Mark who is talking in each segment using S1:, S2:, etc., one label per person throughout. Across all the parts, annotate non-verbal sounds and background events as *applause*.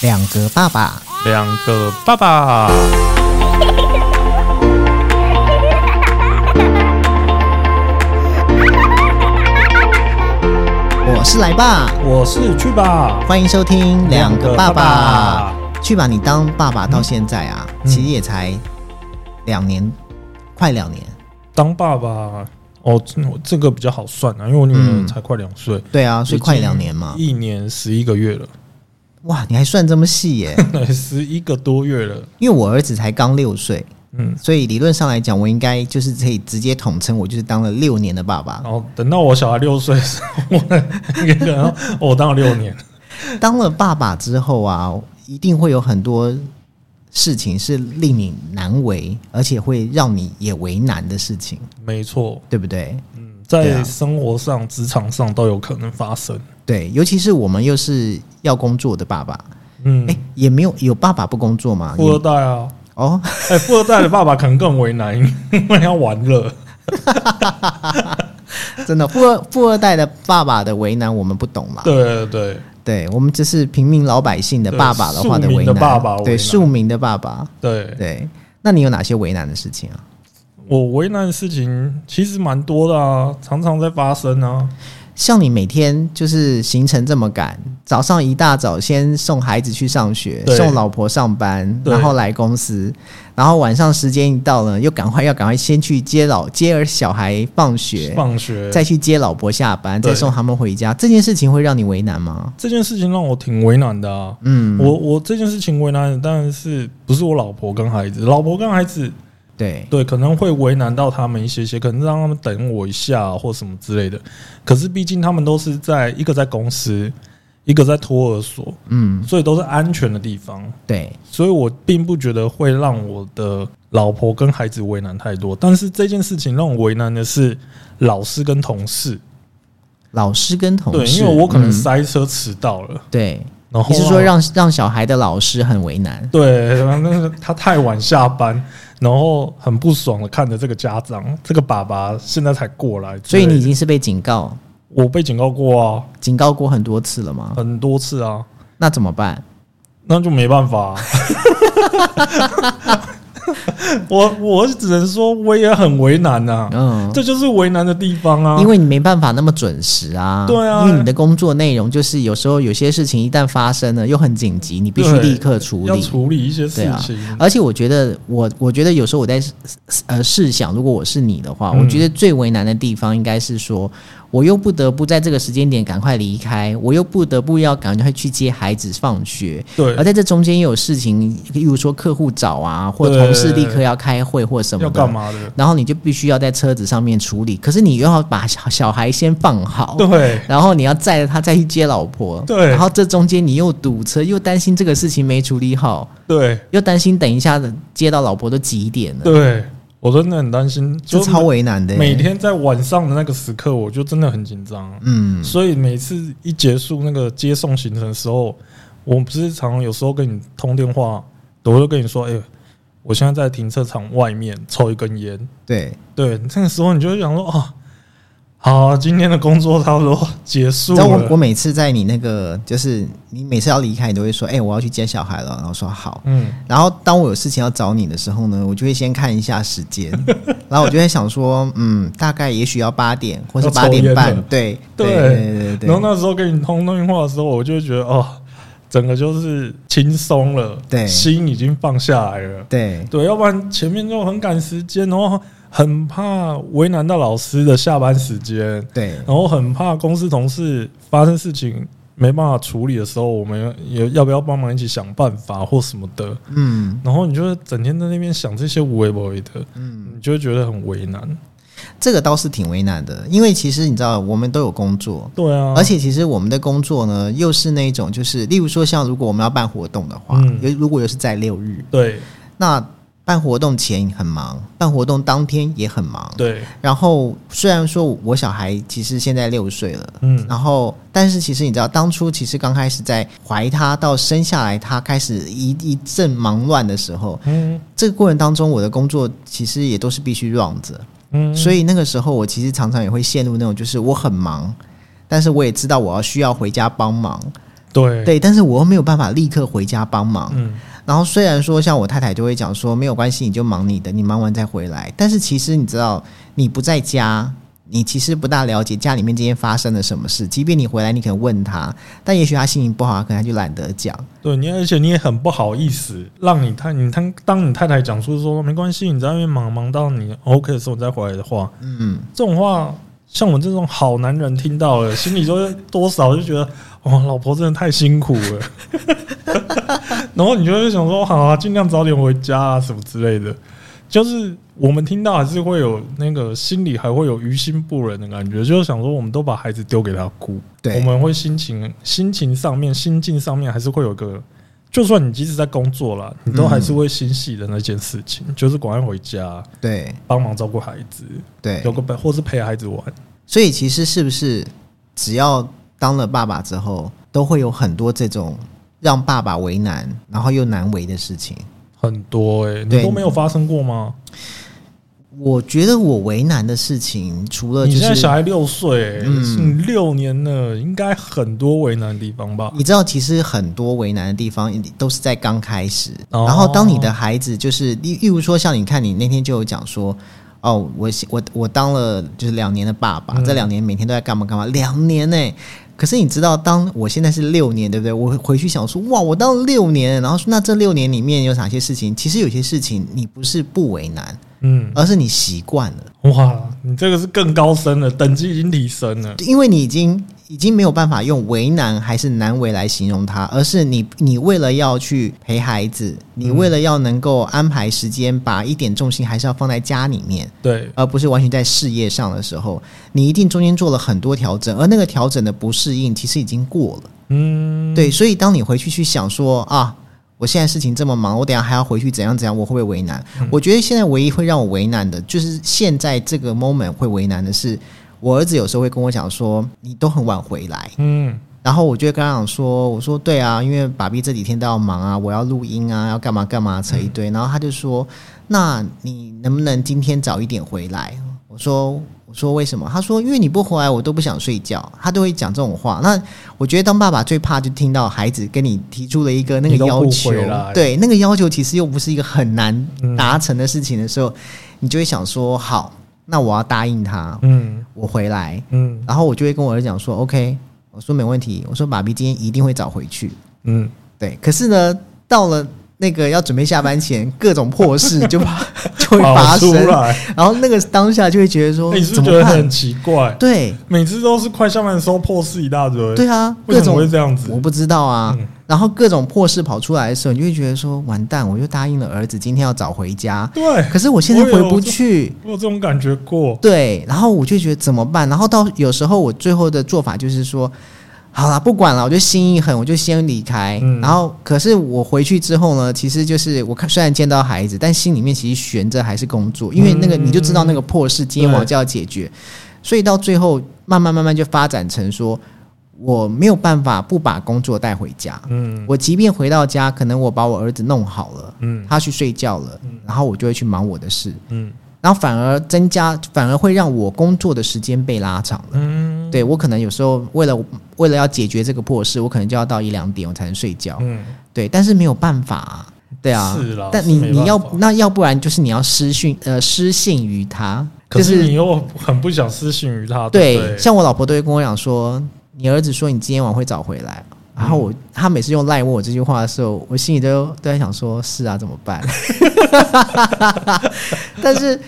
S1: 两个爸爸，
S2: 两个爸爸。
S1: 我是来爸，
S2: 我是去吧，
S1: 欢迎收听《两个爸
S2: 两个
S1: 爸
S2: 爸》。
S1: 去吧，你当爸爸到现在啊，
S2: 嗯
S1: 其实也才两年，快两年。
S2: 当爸爸哦，这这个比较好算啊，因为我女
S1: 嗯
S2: 儿才快两岁，
S1: 对啊，所以快
S2: 已经
S1: 两年嘛。
S2: 一年十一个月了， *laughs*
S1: 哇，你还算这么细耶、
S2: 十一个多月了。
S1: 因为我儿子才刚六岁，
S2: 嗯，
S1: 所以理论上来讲，我应该就是可以直接统称我就是当了六年的爸爸。
S2: 然后等到我小孩六岁的时候，我 *laughs* 然后哦我当了六年，
S1: 当了爸爸之后啊，一定会有很多事情是令你难为，而且会让你也为难的事情，
S2: 没错，
S1: 对不对？
S2: 嗯，
S1: 对啊
S2: 在生活上、职场上都有可能发生。
S1: 对，尤其是我们又是要工作的爸爸，
S2: 嗯
S1: 哎、，也没有有爸爸不工作嘛？
S2: 富二
S1: 你
S2: 代啊，
S1: 哦， *laughs*
S2: 哎，富二代的爸爸可能更为难，因为要玩
S1: *laughs*
S2: 乐。
S1: 啊真的富二富二代的爸爸的为难我们不懂嘛？
S2: 对对对
S1: 对，我们只是平民老百姓的爸爸的话
S2: 对
S1: 为
S2: 庶民的
S1: 难，
S2: 爸爸为
S1: 对
S2: 难
S1: 庶民的爸爸，
S2: 对，
S1: 对。那你有哪些为难的事情啊？
S2: 我为难的事情其实蛮多的啊，常常在发生啊。
S1: 像你每天就是行程这么赶，早上一大早先送孩子去上学，
S2: 对
S1: 送老婆上班，
S2: 对
S1: 然后来公司，然后晚上时间一到了，又赶快要赶快先去接老接儿小孩放学，
S2: 放学
S1: 再去接老婆下班，
S2: 对
S1: 再送他们回家，这件事情会让你为难吗？
S2: 这件事情让我挺为难的啊。
S1: 嗯，
S2: 我我这件事情为难的当然是不是我老婆跟孩子，老婆跟孩子
S1: 对
S2: 对可能会为难到他们一些些，可能让他们等我一下或什么之类的。可是毕竟他们都是在一个在公司，一个在托儿所，
S1: 嗯
S2: 所以都是安全的地方。
S1: 对，
S2: 所以我并不觉得会让我的老婆跟孩子为难太多。但是这件事情让我为难的是老师跟同事，
S1: 老师跟同
S2: 对，
S1: 事，
S2: 因为我可能
S1: 嗯
S2: 塞车迟到了，
S1: 对，
S2: 然后啊
S1: 你是说让让小孩的老师很为难？
S2: 对，然后
S1: *laughs*
S2: 那个他太晚下班，然后很不爽的看着这个家长，这个爸爸现在才过来之
S1: 所
S2: 类
S1: 以
S2: 的，
S1: 你已经是被警告
S2: 我被警告过啊，
S1: 警告过很多次了吗？
S2: 很多次啊，
S1: 那怎么办？
S2: 那就没办法、
S1: *laughs*
S2: *laughs* 啊。我我只能说我也很为难呐、啊，
S1: 嗯，
S2: 这就是为难的地方啊。
S1: 因为你没办法那么准时啊，
S2: 对啊
S1: 因为你的工作内容就是有时候有些事情一旦发生了又很紧急，你必须
S2: 对
S1: 立刻处
S2: 要
S1: 理。
S2: 处理一些
S1: 对
S2: 事
S1: 啊
S2: 情，
S1: 而且我觉得，我我觉得有时候我在呃试想，如果我是你的话，
S2: 嗯
S1: 我觉得最为难的地方应该是说，我又不得不在这个时间点赶快离开，我又不得不要赶快去接孩子放学，
S2: 对
S1: 而在这中间又有事情，例如说客户找啊，或
S2: 对
S1: 同事立刻要开会或什么
S2: 要
S1: 的，
S2: 干嘛的？
S1: 然后你就必须要在车子上面处理，可是你又要把小小孩先放好，
S2: 对
S1: 然后你要载着他再去接老婆，
S2: 对
S1: 然后这中间你又堵车，又担心这个事情没处理好，
S2: 对
S1: 又担心等一下子接到老婆都几点了，
S2: 对，我真的很担心，
S1: 这
S2: 就
S1: 超为难的耶。欸
S2: 每天在晚上的那个时刻，我就真的很紧张。
S1: 嗯，
S2: 所以每次一结束那个接送行程的时候，我不是常有时候跟你通电话，我会跟你说：“哎、我现在在停车场外面抽一根烟。
S1: 对，”
S2: 对，那个时候你就会想说：“哦，好，今天的工作差不多结
S1: 你
S2: 束
S1: 知道我
S2: 了。
S1: 我每次在你那个，就是你每次要离开，你都会说，哎、我要去接小孩了，然后说好。
S2: 嗯，
S1: 然后当我有事情要找你的时候呢，我就会先看一下时
S2: *laughs*
S1: 间，然后我就会想说，嗯，大概也许要八点或是
S2: 要抽
S1: 八点
S2: 烟
S1: 半
S2: 了，
S1: 对
S2: 对
S1: 对对对，
S2: 然后那时候跟你通电话的时候，我就会觉得哦，整个就是轻松了，
S1: 对
S2: 心已经放下来了。
S1: 对
S2: 对，要不然前面就很赶时间，然后很怕为难到老师的下班时间，
S1: 对
S2: 然后很怕公司同事发生事情没办法处理的时候，我们也要不要帮忙一起想办法或什么的。
S1: 嗯，
S2: 然后你就会整天在那边想这些无为不为的，嗯，你就会觉得很为难。
S1: 这个倒是挺为难的，因为其实你知道，我们都有工作，
S2: 对啊，
S1: 而且其实我们的工作呢，又是那一种就是，例如说像如果我们要办活动的话，
S2: 嗯
S1: 尤、如果又是在六日，
S2: 对
S1: 那办活动前很忙，办活动当天也很忙。
S2: 对，
S1: 然后虽然说我小孩其实现在六岁了。
S2: 嗯，
S1: 然后，但是其实你知道，当初其实刚开始在怀他到生下来，他开始一一阵忙乱的时候，
S2: 嗯
S1: 这个过程当中，我的工作其实也都是必须 run 着，
S2: 嗯，
S1: 所以那个时候，我其实常常也会陷入那种，就是我很忙，但是我也知道我要需要回家帮忙，
S2: 对，
S1: 对，但是我又没有办法立刻回家帮忙。
S2: 嗯，
S1: 然后虽然说像我太太就会讲说没有关系，你就忙你的，你忙完再回来。但是其实你知道，你不在家，你其实不大了解家里面今天发生了什么事。即便你回来，你可能问他，但也许他心情不好，可能他就懒得讲。
S2: 对你，而且你也很不好意思，让你太你太当你太太讲出说没关系，你在外面忙忙到你 OK 的时候你再回来的话，
S1: 嗯，
S2: 这种话像我这种好男人听到了，心里就会多少就觉得哇，老婆真的太辛苦了。 *laughs* 然后你就会想说，好啊，尽量早点回家啊，什么之类的。就是我们听到还是会有那个心里还会有于心不忍的感觉，就是想说，我们都把孩子丢给他哭，我
S1: 对，
S2: 们会心情心情上面、心境上面还是会有个，就算你即使在工作啦，你都还是会心系的那件事情，
S1: 嗯
S2: 就是赶快回家
S1: 对，
S2: 帮忙照顾孩子，
S1: 对。
S2: 有个陪或是陪孩子玩。
S1: 所以其实是不是只要当了爸爸之后，都会有很多这种让爸爸为难，然后又难为的事情？
S2: 很多哎、你
S1: 对
S2: 都没有发生过吗？
S1: 我觉得我为难的事情，除了
S2: 你
S1: 就
S2: 现在
S1: 是
S2: 小孩六岁、欸，
S1: 嗯
S2: 是你六年了，应该很多为难的地方吧？
S1: 你知道，其实很多为难的地方都是在刚开始。
S2: 哦
S1: 然后，当你的孩子就是，例例如说，像你看，你那天就有讲说，哦，我我我当了就是两年的爸爸，
S2: 嗯
S1: 这两年每天都在干嘛干嘛，两年呢、可是你知道，当我现在是六年，对不对？我回去想说，哇，我当了六年，然后说那这六年里面有哪些事情？其实有些事情你不是不为难，
S2: 嗯，
S1: 而是你习惯了，
S2: 哇，你这个是更高深了，等级已经提升了。
S1: 因为你已经已经没有办法用为难还是难为来形容它，而是你你为了要去陪孩子，你为了要能够安排时间，把一点重心还是要放在家里面，
S2: 对，
S1: 而不是完全在事业上的时候，你一定中间做了很多调整，而那个调整的不适应其实已经过了。
S2: 嗯，
S1: 对，所以当你回去去想说啊，我现在事情这么忙，我等一下还要回去怎样怎样，我会不会为难？我觉得现在唯一会让我为难的，就是现在这个 moment 会为难的是，我儿子有时候会跟我讲说，你都很晚回来，
S2: 嗯，
S1: 然后我就会跟他讲说，我说对啊，因为爸比这几天都要忙啊，我要录音啊，要干嘛干嘛扯一
S2: 嗯
S1: 堆，然后他就说，那你能不能今天早一点回来？我说。我说为什么？他说因为你不回来，我都不想睡觉。他都会讲这种话。那我觉得当爸爸最怕就听到孩子跟你提出了一个那个
S2: 你都不
S1: 要求
S2: 回来，
S1: 对那个要求其实又不是一个很难达成的事情的时候，你就会想说好，那我要答应他，
S2: 嗯，
S1: 我回来，
S2: 嗯，
S1: 然后我就会跟我儿子讲说，OK，我说没问题，我说爸比今天一定会早回去。
S2: 嗯，
S1: 对，可是呢，到了那个要准备下班
S2: *laughs*
S1: 前，各种破事就发就会发
S2: 跑出
S1: 生，
S2: 来，
S1: 然后那个当下就会觉得说，
S2: 那你是
S1: 怎
S2: 不是
S1: 么
S2: 觉得
S1: 办
S2: 很？奇怪？
S1: 对
S2: 每次都是快下班的时候破事一大堆，，
S1: 对啊，
S2: 为
S1: 各
S2: 什么
S1: 种
S2: 会这样子
S1: 我？不知道啊。
S2: 嗯
S1: 然后各种破事跑出来的时候，你就会觉得说，完蛋，我就答应了儿子今天要早回家，
S2: 对，
S1: 可是我现在
S2: 我有
S1: 回不去。
S2: 我有这种感觉过。
S1: 对，然后我就觉得怎么办？然后到有时候我最后的做法就是说，好啦，不管了，我就心一狠，我就先离开。
S2: 嗯
S1: 然后可是我回去之后呢，其实就是我看虽然见到孩子，但心里面其实悬着还是工作，因为那个
S2: 嗯
S1: 你就知道那个破事今天我就要解决，所以到最后慢慢慢慢就发展成说。我没有办法不把工作带回家，
S2: 嗯
S1: 我即便回到家，可能我把我儿子弄好了，
S2: 嗯
S1: 他去睡觉了，然后我就会去忙我的事，
S2: 嗯
S1: 然后反而增加，反而会让我工作的时间被拉长了。
S2: 嗯
S1: 对我可能有时候为了为了要解决这个破事，我可能就要到一两点我才能睡觉。
S2: 嗯，
S1: 对，但是没有办法、啊，对啊。
S2: 是啦
S1: 但
S2: 是
S1: 你
S2: 没
S1: 你
S2: 办
S1: 要
S2: 法
S1: 那要不然就是你要失信呃失信于他，
S2: 可
S1: 就是
S2: 你又很不想私信于他，哦对不
S1: 对，像我老婆都会跟我讲说，你儿子说你今天晚会早回来。然后
S2: 嗯
S1: 我，他每次用赖问我这句话的时候，我心里都都在想说，是啊，怎么
S2: *laughs*
S1: 办？但是，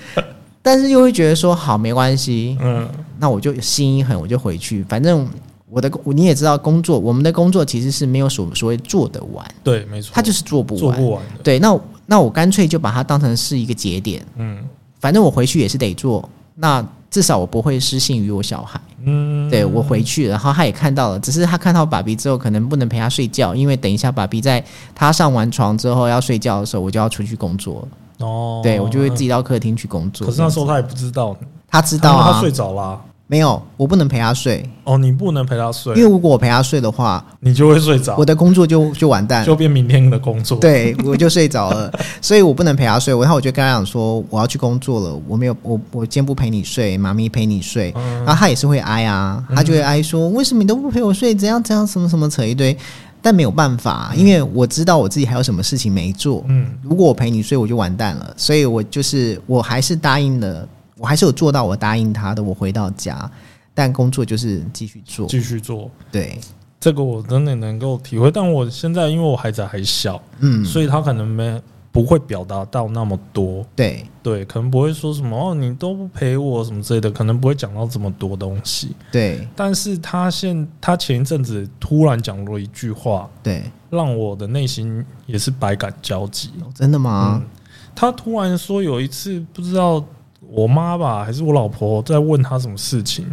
S1: 但是又会觉得说，好，没关系，
S2: 嗯
S1: 那我就心一狠，我就回去。反正我的你也知道，工作我们的工作其实是没有所所谓做得完，
S2: 对，没错，
S1: 他就是做不
S2: 做
S1: 完。
S2: 不完的，
S1: 对，那那我干脆就把它当成是一个节点，
S2: 嗯
S1: 反正我回去也是得做，那至少我不会失信于我小孩。
S2: 嗯，
S1: 对我回去了，然后他也看到了，只是他看到爸比之后，可能不能陪他睡觉，因为等一下爸比在他上完床之后要睡觉的时候，我就要出去工作，
S2: 哦，
S1: 对我就会自己到客厅去工作。
S2: 可是那时候他也不知道，
S1: 他知道
S2: 他
S1: 啊
S2: 睡，着啦，
S1: 没有，我不能陪他睡，
S2: 哦，你不能陪他睡
S1: 因为，如果我陪他睡的话，
S2: 你就会睡着
S1: 我，的工作就就完蛋了。
S2: 就变明天的工作。
S1: 对，我就睡着了， *laughs* 所以我不能陪他睡。我然后我就跟他讲说，我要去工作了，我没有，我我今天不陪你睡，妈咪陪你睡。
S2: 嗯，
S1: 然后他也是会哀啊，他就会哀说，为什么你都不陪我睡？怎样怎样，什么什么扯一堆。但没有办法，因为我知道我自己还有什么事情没做。
S2: 嗯，
S1: 如果我陪你睡，我就完蛋了。所以我就是，我还是答应了，我还是有做到我答应他的。我回到家，但工作就是继续做。
S2: 继续做
S1: 对，
S2: 这个，我真的能够体会。但我现在因为我孩子还小，
S1: 嗯，
S2: 所以他可能没不会表达到那么多，
S1: 对，
S2: 对，可能不会说什么哦，你都不陪我什么之类的，可能不会讲到这么多东西。
S1: 对，
S2: 但是他现他前一阵子突然讲了一句话，
S1: 对，哦
S2: 让我的内心也是百感交集。
S1: 真的吗？
S2: 嗯，他突然说有一次不知道我妈吧还是我老婆在问他什么事情，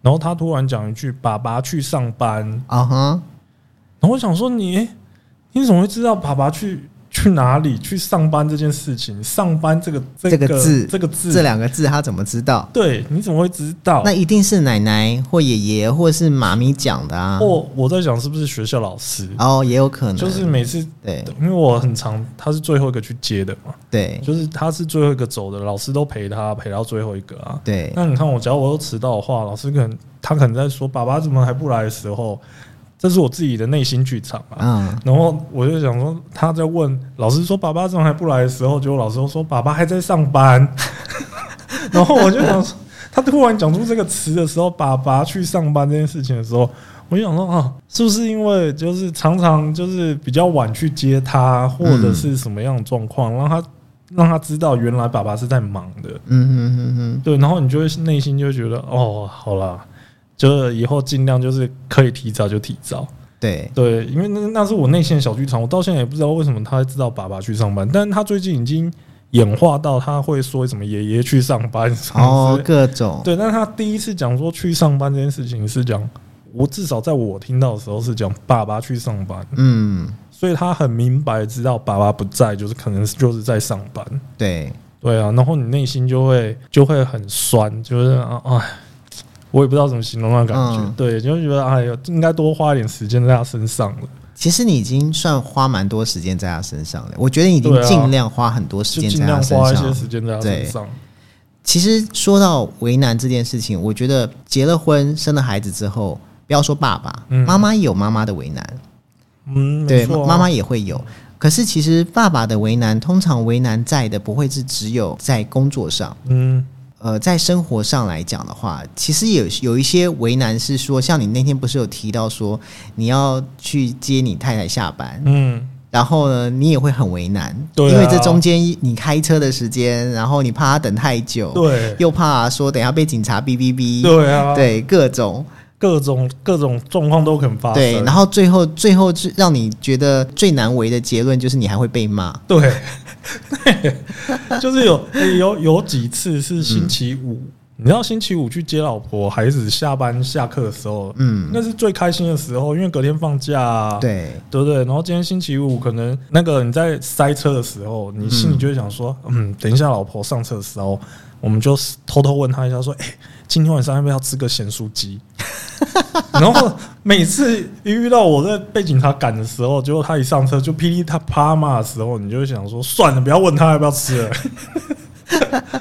S2: 然后他突然讲一句“爸爸去上班”，
S1: 啊哈，
S2: 然后我想说你诶你怎么会知道爸爸去去哪里去上班这件事情？上班这个这
S1: 这个字
S2: 这个字哦
S1: 这两个字他怎么知道？
S2: 对，你怎么会知道
S1: 那？一定是奶奶或爷爷或是妈咪讲的啊。
S2: 我我在想是不是学校老师？
S1: 哦，也有可能，
S2: 哦就是每次，
S1: 对
S2: 因为我很常，他是最后一个去接的嘛，
S1: 对
S2: 就是他是最后一个走的，老师都陪他陪到最后一个啊。
S1: 对
S2: 那你看我，只要我又迟到的话，老师可能他可能在说爸爸怎么还不来的时候，这是我自己的内心剧场啊。
S1: 嗯，
S2: 然后我就想说，他在问老师说爸爸怎么还不来的时候，结果老师又说爸爸还在上班。然后我就想说，他突然讲出这个词的时候，爸爸去上班这件事情的时候，我就想说啊，是不是因为就是常常就是比较晚去接他，或者是什么样的状况，让他让他知道原来爸爸是在忙的。
S1: 嗯哼哼哼，
S2: 对，然后你就会内心就会觉得哦，好啦，就是以后尽量就是可以提早就提早。
S1: 对
S2: 对，因为那那是我内线小剧场，我到现在也不知道为什么他知道爸爸去上班，但是他最近已经演化到他会说什么爷爷去上班什么
S1: 哦
S2: 之，类的。
S1: 各
S2: *laughs*
S1: 种
S2: 嗯对，但是他第一次讲说去上班这件事情是讲，我至少在我听到的时候是讲爸爸去上班，
S1: 嗯，
S2: 所以他很明白知道爸爸不在，就是可能就是在上班。
S1: 对
S2: 对啊，然后你内心就会就会很酸，就是啊，哎， *laughs* 我也不知道怎么形容那感觉。
S1: 嗯
S2: 对，就会觉得哎呦，应该多花一点时间在他身上了，
S1: 其实你已经算花蛮多时间在他身上了，我觉得你已经
S2: 对啊
S1: 尽量花很多时
S2: 就
S1: 间
S2: 尽
S1: 在他
S2: 量
S1: 身
S2: 花一
S1: 上
S2: 些
S1: 了。
S2: 时间在他身上。
S1: 其实说到为难这件事情，我觉得结了婚、生了孩子之后，不要说爸爸，
S2: 嗯
S1: 妈妈也有妈妈的为难，
S2: 嗯，
S1: 对，
S2: 没错啊
S1: 妈妈也会有。可是其实爸爸的为难，通常为难在的不会是只有在工作上，
S2: 嗯，
S1: 呃，在生活上来讲的话，其实有有一些为难是说，像你那天不是有提到说你要去接你太太下班，
S2: 嗯
S1: 然后呢，你也会很为难，
S2: 对啊
S1: 因为这中间你开车的时间，然后你怕他等太久，
S2: 对
S1: 又怕说等一下被警察哔哔哔，
S2: 对啊，
S1: 对，各种
S2: 各种各种状况都可能发生。
S1: 对，然后最后最后最让你觉得最难为的结论就是你还会被骂，
S2: 对， *laughs* 就是有、欸有有几次是
S1: 嗯
S2: 星期五，你知道星期五去接老婆孩子下班下课的时候，
S1: 嗯，
S2: 那是最开心的时候，因为隔天放假、啊。。
S1: 对
S2: 对不对？然后今天星期五，可能那个你在塞车的时候，你心里就会想说，嗯，等一下老婆上车的时候，我们就偷偷问她一下，说，哎、今天晚上要不要吃个咸酥鸡？ *laughs* 然后每次一遇到我在被警察赶的时候，结果他一上车就噼里啪啪骂的时候，你就会想说，算了，不要问他要不要吃了。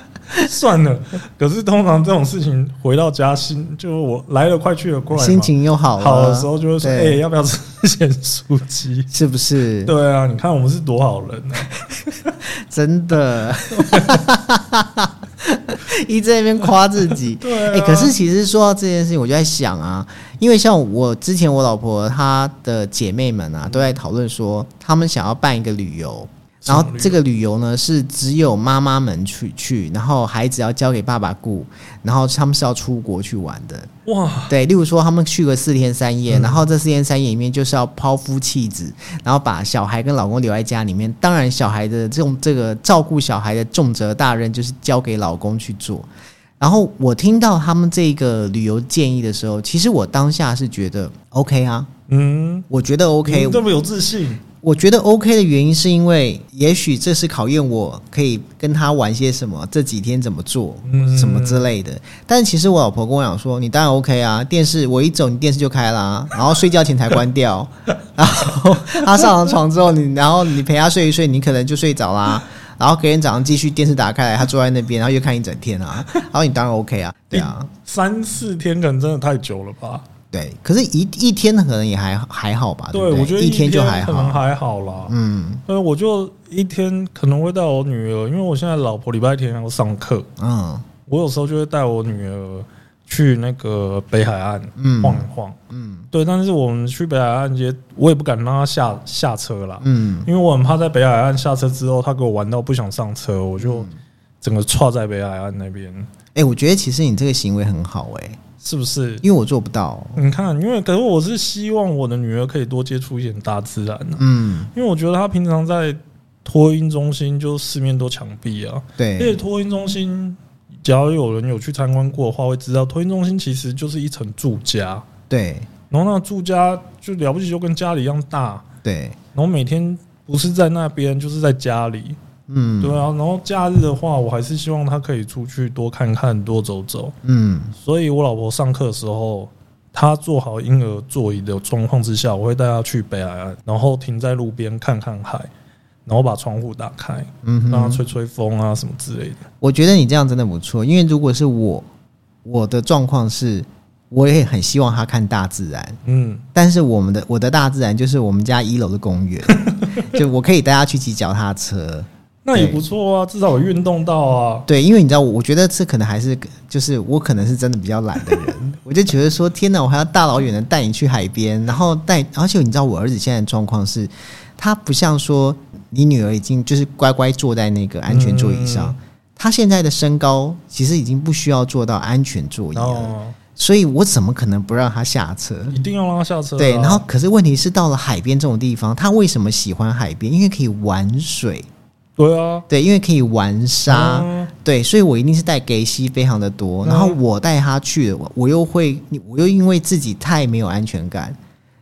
S2: *laughs* 算了，可是通常这种事情回到家心，就我来了快去了快嘛，
S1: 心情又好了，啊
S2: 好的时候就会说：“哎、
S1: 对
S2: 要不要吃咸酥鸡
S1: 是不？”是？
S2: 对啊，你看我们是多好人啊！
S1: 真的， *laughs* 一直在那边夸自己。
S2: *laughs* 对啊
S1: 哎、可是其实说到这件事情，我就在想啊，因为像我之前我老婆她的姐妹们
S2: 嗯
S1: 啊，都在讨论说，她们想要办一个旅游。
S2: 什
S1: 然
S2: 么
S1: 后这个旅游呢，是只有妈妈们去去，然后孩子要交给爸爸顾，然后他们是要出国去玩的。
S2: 哇，
S1: 对，例如说他们去个四天三夜，然后这四天三夜里面就是要抛夫弃子，然后把小孩跟老公留在家里面。当然，小孩的这种这个照顾小孩的重责大任就是交给老公去做。然后我听到他们这个旅游建议的时候，其实我当下是觉得 OK 啊，
S2: 嗯
S1: 我觉得 OK，
S2: 你这么有自信，
S1: 我觉得 OK 的原因是因为，也许这是考验我可以跟他玩些什么，这几天怎么做，
S2: 嗯
S1: 什么之类的。但其实我老婆跟我讲说，你当然 OK 啊，电视我一走你电视就开啦、然后睡觉前才关
S2: *laughs*
S1: 掉，然后他上了床之后你，然后你陪他睡一睡，你可能就睡着啦。然后隔天早上继续电视打开来，他坐在那边，然后又看一整天啊。然后你当然 OK 啊，对啊，
S2: 三四天可能真的太久了吧？
S1: 对。可是一，一天可能也还还好吧，啊对不
S2: 我觉得
S1: 一
S2: 天
S1: 就还
S2: 可能
S1: 好，
S2: 还好啦。
S1: 嗯
S2: 嗯，我就一天可能会带我女儿，因为我现在老婆礼拜天要上课，
S1: 嗯
S2: 我有时候就会带我女儿去那个北海岸
S1: 嗯
S2: 晃一晃。
S1: 嗯
S2: 对，但是我们去北海岸街，我也不敢让她下下车啦，
S1: 嗯，
S2: 因为我很怕在北海岸下车之后，她给我玩到不想上车，我就整个踹在北海岸那边，
S1: 哎、我觉得其实你这个行为很好哎、
S2: 是不是？
S1: 因为我做不到。
S2: 你看，因为可是我是希望我的女儿可以多接触一点大自然啊，
S1: 嗯，
S2: 因为我觉得她平常在托婴中心就四面都墙壁啊，而且
S1: 对，
S2: 托婴中心，只要有人有去参观过的话，会知道托婴中心其实就是一层住家，
S1: 对，
S2: 然后那个住家就了不起就跟家里一样大，
S1: 对，
S2: 然后每天不是在那边就是在家里，
S1: 嗯，
S2: 对啊，然后假日的话，我还是希望她可以出去多看看多走走，
S1: 嗯，
S2: 所以我老婆上课的时候。她坐好婴儿座椅的状况之下，我会带她去北海岸，然后停在路边看看海，然后把窗户打开，
S1: 嗯
S2: 让她
S1: 哼，
S2: 吹吹风啊什么之类的。
S1: 我觉得你这样真的不错，因为如果是我，我的状况是，我也很希望他看大自然，
S2: 嗯，
S1: 但是我们的我的大自然就是我们家一楼的公
S2: *laughs*
S1: 园，就我可以带他去骑脚踏车，
S2: 那也不错啊，至少有运动到啊。
S1: 对，因为你知道，我觉得这可能还是就是我可能是真的比较懒的人，我就觉得说，天哪，我还要大老远的带你去海边，然后带，而且你知道我儿子现在的状况是，他不像说你女儿已经就是乖乖坐在那个安全座椅上，他现在的身高其实已经不需要坐到安全座椅
S2: 然
S1: 了，
S2: 后
S1: 所以我怎么可能不让他下车？
S2: 哦一定要让他下车啊、
S1: 对，然后可是问题是到了海边这种地方，他为什么喜欢海边？因为可以玩水，
S2: 对啊，
S1: 对，因为可以玩沙。
S2: 嗯
S1: 对，所以我一定是带给西非常的多，
S2: 嗯
S1: 然后我带他去，我我又会，我又因为自己太没有安全感，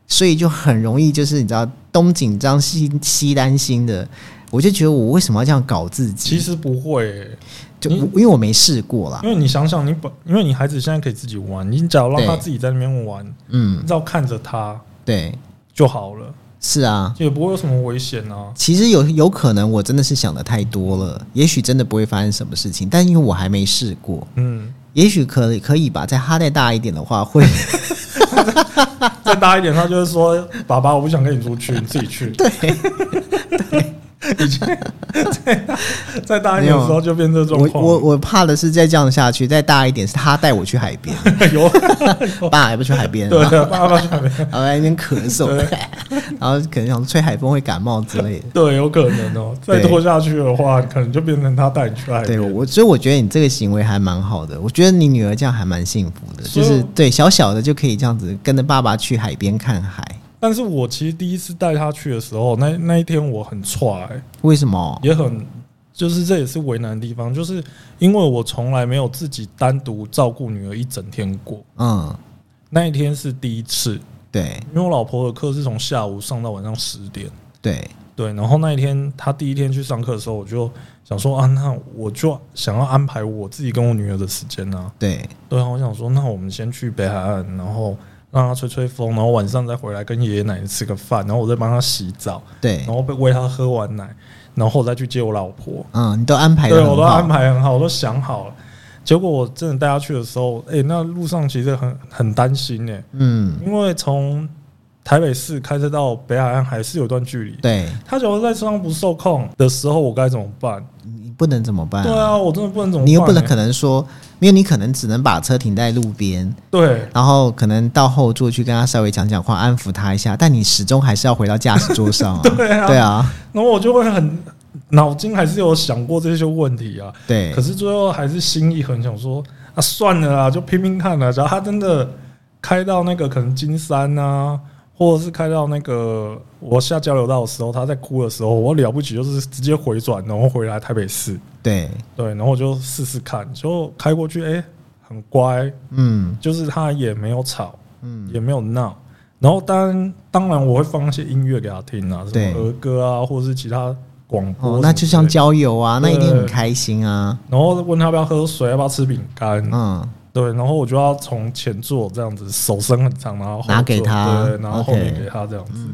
S1: 所以就很容易就是你知道东紧张西西担心的，我就觉得我为什么要这样搞自己？
S2: 其实不会欸、
S1: 嗯就
S2: 你
S1: 我因为我没试过啦，
S2: 因为你想想，你本因为你孩子现在可以自己玩，你只要让他
S1: 对
S2: 自己在那边玩，你
S1: 嗯，
S2: 只要看着他
S1: 对，
S2: 就好了，
S1: 是啊。
S2: 也不会有什么危险啊。
S1: 其实有有可能我真的是想的太多了，也许真的不会发生什么事情，但因为我还没试过，
S2: 嗯，
S1: 也许可以可以吧。在他再大一点的话，会
S2: 再大一点，他就会说：“爸爸，我不想跟你出去，你自己去。” *laughs* 对，已经再再大一点的时候就变这 *laughs* 状
S1: 我我
S2: 况，
S1: 我怕的是再这样下去，再大一点是他带我去海边，
S2: 有 *laughs*
S1: 爸还不去海边，
S2: 对
S1: 然后
S2: 啊，爸爸去那边
S1: 在那边咳嗽， *laughs* 然后可能想说吹海风会感冒之类的。
S2: 对，有可能哦。再
S1: 对
S2: 拖下去的话，可能就变成他带你去海
S1: 对
S2: 边。
S1: 我，所以我觉得你这个行为还蛮好的，我觉得你女儿这样还蛮幸福的，
S2: 所
S1: 就
S2: 以
S1: 是对小小的就可以这样子跟着爸爸去海边看海，
S2: 但是我其实第一次带他去的时候，那那一天我很踹、
S1: 为什么？
S2: 也很，就是这也是为难的地方，就是因为我从来没有自己单独照顾女儿一整天过，
S1: 嗯，
S2: 那一天是第一次，
S1: 对
S2: 因为我老婆的课是从下午上到晚上十点，
S1: 对，
S2: 对，然后那一天她第一天去上课的时候，我就想说啊，那我就想要安排我自己跟我女儿的时间啊，
S1: 对
S2: 对啊，我想说，那我们先去北海岸，然后让她吹吹风，然后晚上再回来跟爷爷奶奶吃个饭，然后我再帮她洗澡。
S1: 对
S2: 然，后被喂他喝完奶，然后我再去接我老婆。
S1: 嗯，你都安排的
S2: 对
S1: 很
S2: 我
S1: 好，
S2: 都安排很好，我都想好了。结果我真的带他去的时候，哎、那路上其实很很担心哎、
S1: 嗯，
S2: 因为从台北市开车到北海岸还是有段距离。
S1: 对，
S2: 他假如在车上不受控的时候，我该怎么办？
S1: 你不能怎么办、
S2: 对啊，我真的不能怎么
S1: 哎
S2: 办、
S1: 你又不能
S2: 欸
S1: 可能说，因为你可能只能把车停在路边。
S2: 对
S1: 然后可能到后座去跟他稍微讲讲话，安抚他一下，但你始终还是要回到驾驶桌上啊。
S2: *laughs* 对啊，
S1: 对啊，
S2: 然后我就会很脑筋还是有想过这些问题啊。
S1: 对
S2: 可是最后还是心一横，想说啊，算了啦，就拼拼看啦。只要他真的开到那个可能金山啊，或者是开到那个我下交流道的时候，他在哭的时候，我了不起就是直接回转，然后回来台北市。
S1: 对，
S2: 对，然后我就试试看，就开过去，哎、很乖，
S1: 嗯
S2: 就是他也没有吵，
S1: 嗯
S2: 也没有闹，然后当然当然我会放一些音乐给他听啊，什
S1: 对
S2: 么儿歌啊，或者是其他广播什么之类的、
S1: 哦，那就像交友啊，那一定很
S2: 对
S1: 开心啊。
S2: 然后问他要不要喝水，要不要吃饼干，
S1: 嗯，
S2: 对，然后我就要从前座这样子，手伸很长，然后后
S1: 拿给他
S2: 座对，然后后面
S1: OK 嗯
S2: 给他这样子，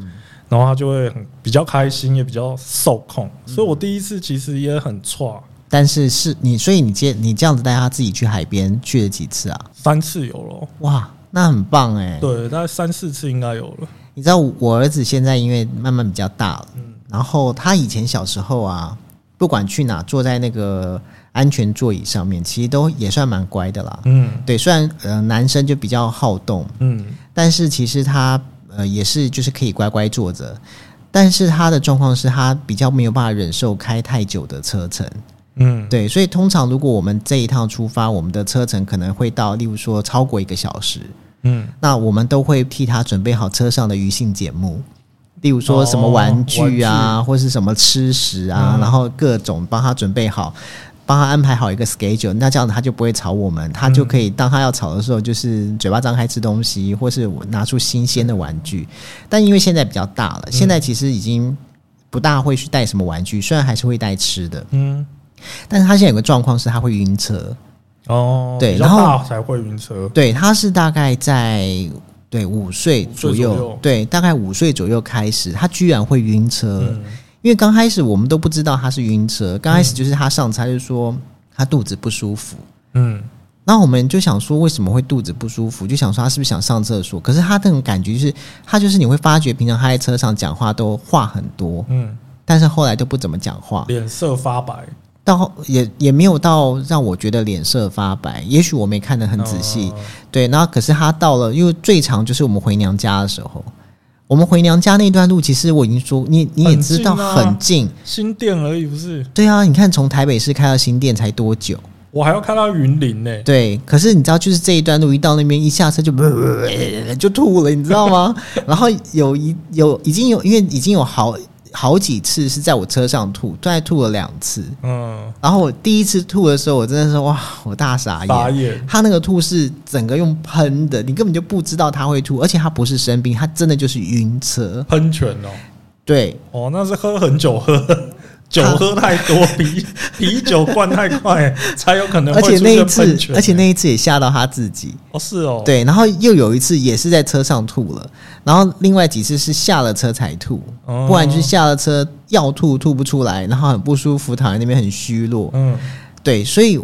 S2: 然后他就会很比较开心，也比较受控。
S1: 嗯
S2: 所以我第一次其实也很差，
S1: 但是是你，所以你接你这样子带他自己去海边去了几次啊？
S2: 三次有了，
S1: 哇，那很棒哎、
S2: 对，大概三四次应该有了。
S1: 你知道我儿子现在因为慢慢比较大了，
S2: 嗯
S1: 然后他以前小时候啊，不管去哪，坐在那个安全座椅上面，其实都也算蛮乖的啦。
S2: 嗯
S1: 对，虽然呃男生就比较好动，
S2: 嗯，
S1: 但是其实他呃也是就是可以乖乖坐着，但是他的状况是他比较没有办法忍受开太久的车程。
S2: 嗯，
S1: 对，所以通常如果我们这一趟出发，我们的车程可能会到，例如说超过一个小时，
S2: 嗯，
S1: 那我们都会替他准备好车上的余兴节目，例如说什么玩具啊，或是什么吃食啊，然后各种帮他准备好，帮他安排好一个 schedule。那这样子他就不会吵我们，他就可以当他要吵的时候，就是嘴巴张开吃东西，或是我拿出新鲜的玩具。但因为现在比较大了，现在其实已经不大会去带什么玩具，虽然还是会带吃的，
S2: 嗯，
S1: 但是他现在有个状况是他会晕车，
S2: 哦，
S1: 对
S2: 比较
S1: 然后
S2: 大才会晕车。
S1: 对，他是大概在对五岁左右，
S2: 五岁左右
S1: 对，大概五岁左右开始，他居然会晕车，
S2: 嗯
S1: 因为刚开始我们都不知道他是晕车，刚开始就是他上车他就说他肚子不舒服。
S2: 嗯，
S1: 那我们就想说，为什么会肚子不舒服？就想说他是不是想上厕所？可是他那种感觉就是，他就是你会发觉，平常他在车上讲话都话很多，
S2: 嗯，
S1: 但是后来都不怎么讲话。
S2: 脸色发白，
S1: 到后也也没有到让我觉得脸色发白，也许我没看得很仔细，
S2: 哦
S1: 对。然后可是他到了，因为最长就是我们回娘家的时候，我们回娘家那段路，其实我已经说你你也知道
S2: 很近啊
S1: 很近，
S2: 新店而已，不是？
S1: 对啊，你看从台北市开到新店才多久？
S2: 我还要开到云林呢。
S1: 对，可是你知道，就是这一段路一到那边一下车就呃就吐了，你知道吗？ *laughs* 然后有一有已经有因为已经有好好几次是在我车上吐，大概吐了两次。
S2: 嗯，
S1: 然后我第一次吐的时候，我真的是哇，我大傻
S2: 傻
S1: 眼。
S2: 眼。
S1: 他那个吐是整个用喷的，你根本就不知道他会吐，而且他不是生病，他真的就是晕车。
S2: 喷泉哦，
S1: 对，
S2: 哦，那是喝很久喝， *laughs* 酒喝太
S1: *laughs*
S2: 多，啤啤酒灌太快，才有可能
S1: 而
S2: 会
S1: 且
S2: 出
S1: 那一
S2: 现
S1: 次
S2: 喷，泉。
S1: 而且那一次也吓到他自己。
S2: 哦是哦，，
S1: 对，然后又有一次也是在车上吐了，然后另外几次是下了车才吐，
S2: 哦
S1: 不然就是下了车要吐吐不出来，然后很不舒服，躺在那边很虚弱。
S2: 嗯，
S1: 对，所以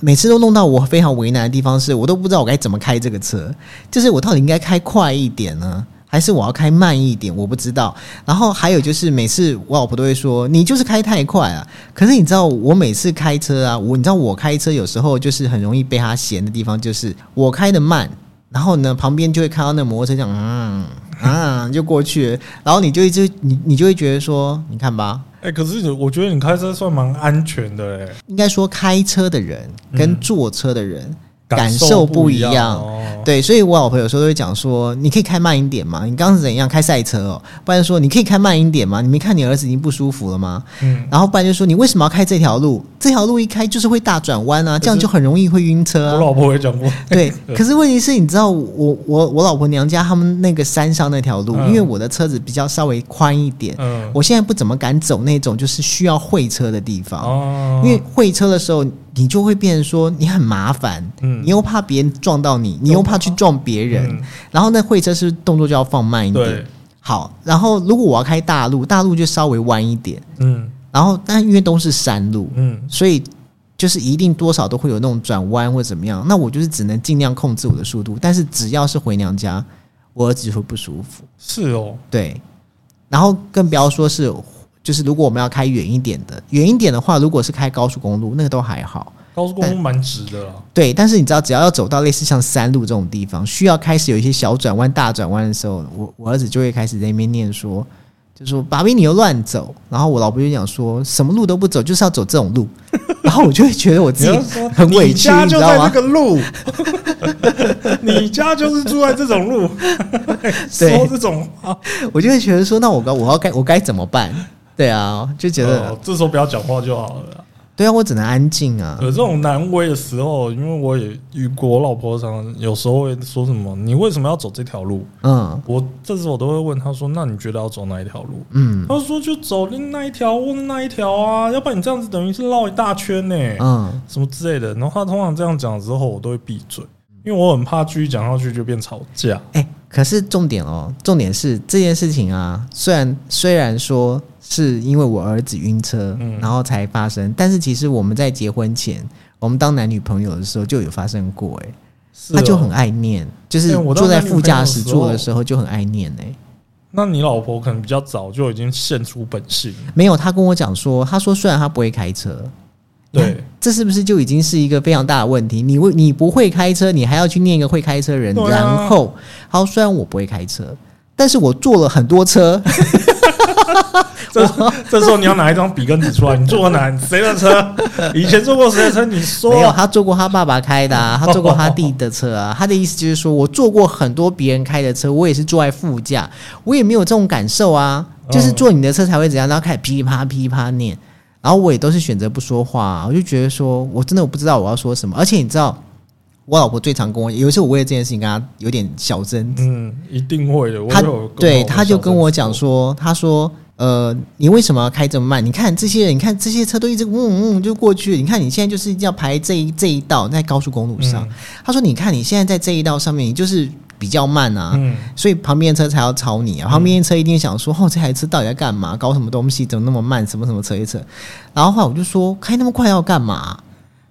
S1: 每次都弄到我非常为难的地方是，我都不知道我该怎么开这个车，就是我到底应该开快一点呢，还是我要开慢一点？我不知道。然后还有就是，每次我老婆都会说你就是开太快啊。可是你知道，我每次开车啊，我你知道我开车有时候就是很容易被她嫌的地方，就是我开的慢。然后呢，旁边就会看到那摩托车这样，嗯嗯，就过去了。然后你就一直，你你就会觉得说，你看吧，
S2: 哎、可是我觉得你开车算蛮安全的哎、
S1: 应该说开车的人跟坐车的人、感
S2: 受
S1: 受不
S2: 一
S1: 一样。
S2: 哦。
S1: 对，所以我老婆有时候都会讲说，你可以开慢一点嘛，你刚刚是怎样开赛车哦？不然就说你可以开慢一点嘛，你没看你儿子已经不舒服了吗？
S2: 嗯，
S1: 然后不然就说你为什么要开这条路？这条路一开就是会大转弯啊，这样就很容易会晕车、
S2: 我
S1: 啊。
S2: 老婆也
S1: *laughs*
S2: 讲过，
S1: 对，
S2: *laughs*
S1: 可是问题是，你知道我我我老婆娘家他们那个山上那条路，
S2: 嗯
S1: 因为我的车子比较稍微宽一点，
S2: 嗯，
S1: 我现在不怎么敢走那种就是需要会车的地方。
S2: 哦，
S1: 因为会车的时候，你就会变成说你很麻烦，
S2: 嗯
S1: 你又怕别人撞到你，你又怕去撞别人，
S2: 嗯
S1: 然后那会车是不是动作就要放慢一
S2: 对
S1: 点。，好，然后如果我要开大路，大路就稍微弯一点，
S2: 嗯
S1: 然后但因为都是山路，
S2: 嗯，
S1: 所以就是一定多少都会有那种转弯或怎么样。那我就是只能尽量控制我的速度，但是只要是回娘家，我儿子就会不舒服。
S2: 是哦，
S1: 对，然后更不要说是，就是如果我们要开远一点的，远一点的话，如果是开高速公路，那个都还好。
S2: 高速公路蛮直的啦。
S1: 对，但是你知道，只要要走到类似像山路这种地方，需要开始有一些小转弯、大转弯的时候，我我儿子就会开始在那边念说，就说“爸比你又乱走”，然后我老婆就讲说什么路都不走，就是要走这种路，然后我就会觉得我自
S2: 你
S1: 己
S2: 要
S1: *laughs*
S2: 说
S1: 很委
S2: 你
S1: 屈，
S2: 家
S1: 你知
S2: 就
S1: 道
S2: 在这
S1: 吗？
S2: 个路， *laughs* 你家就是住在这种
S1: *laughs*
S2: 路，说这种话，
S1: 我就会觉得说，那我该我要该我该怎么办？对啊，就觉得、
S2: 哦哦这时候不要讲话就好了啦。
S1: 对啊，我只能安静啊。
S2: 有这种难为的时候，因为我也遇过，我老婆常常有时候会说什么：“你为什么要走这条路
S1: 嗯？”
S2: 我这时候我都会问她说：“那你觉得要走哪一条路？”
S1: 嗯
S2: 她说：“就走另那一条或那一条啊，要不然你这样子等于是绕一大圈呢、
S1: 嗯，
S2: 什么之类的。”然后她通常这样讲之后，我都会闭嘴，因为我很怕继续讲下去就变吵架。
S1: 哎、可是重点哦，重点是这件事情啊，虽然虽然说是因为我儿子晕车，
S2: 嗯
S1: 然后才发生，但是其实我们在结婚前，我们当男女朋友的时候就有发生过、哎、
S2: 是
S1: 他就
S2: 哦
S1: 很爱念，就是
S2: 哎我当
S1: 坐在
S2: 男女
S1: 副
S2: 朋友
S1: 驾
S2: 的
S1: 驶
S2: 时
S1: 座的
S2: 候
S1: 时候就很爱念、哎。
S2: 那你老婆可能比较早就已经现出本性，
S1: 没有，他跟我讲说，他说虽然他不会开车，
S2: 对，
S1: 这是不是就已经是一个非常大的问题？你为你不会开车，你还要去念一个会开车人，
S2: 对啊
S1: 然后，好，虽然我不会开车，但是我坐了很多车，
S2: 这这时候你要拿一张笔跟纸出来，你坐过哪？谁的
S1: *laughs*
S2: 车？以前坐过谁的车？你
S1: 没有，
S2: 说啊
S1: 他坐过他爸爸开的、啊，他坐过他弟的车啊。他的意思就是说我坐过很多别人开的车，我也是坐在副驾，我也没有这种感受啊。就是坐你的车才会怎样，然后开始噼里啪啦噼里啪啦念，然后我也都是选择不说话、啊，我就觉得说我真的我不知道我要说什么，而且你知道。我老婆最常跟我，有一次我为了这件事情跟她有点小争执
S2: 嗯，一定会的。我
S1: 他
S2: 有
S1: 对，他就跟我讲，说，他说，呃，你为什么要开这么慢？你看这些人，你看这些车都一直嗡嗡就过去了。你看你现在就是一定要排这一这一道在高速公路上。
S2: 嗯
S1: 他说，你看你现在在这一道上面，你就是比较慢啊。
S2: 嗯，
S1: 所以旁边的车才要超你啊！旁边的车一定想说：“哦，这台车到底在干嘛？搞什么东西？怎么那么慢？什么什么车一车？”然后后来我就说：“开那么快要干嘛？”啊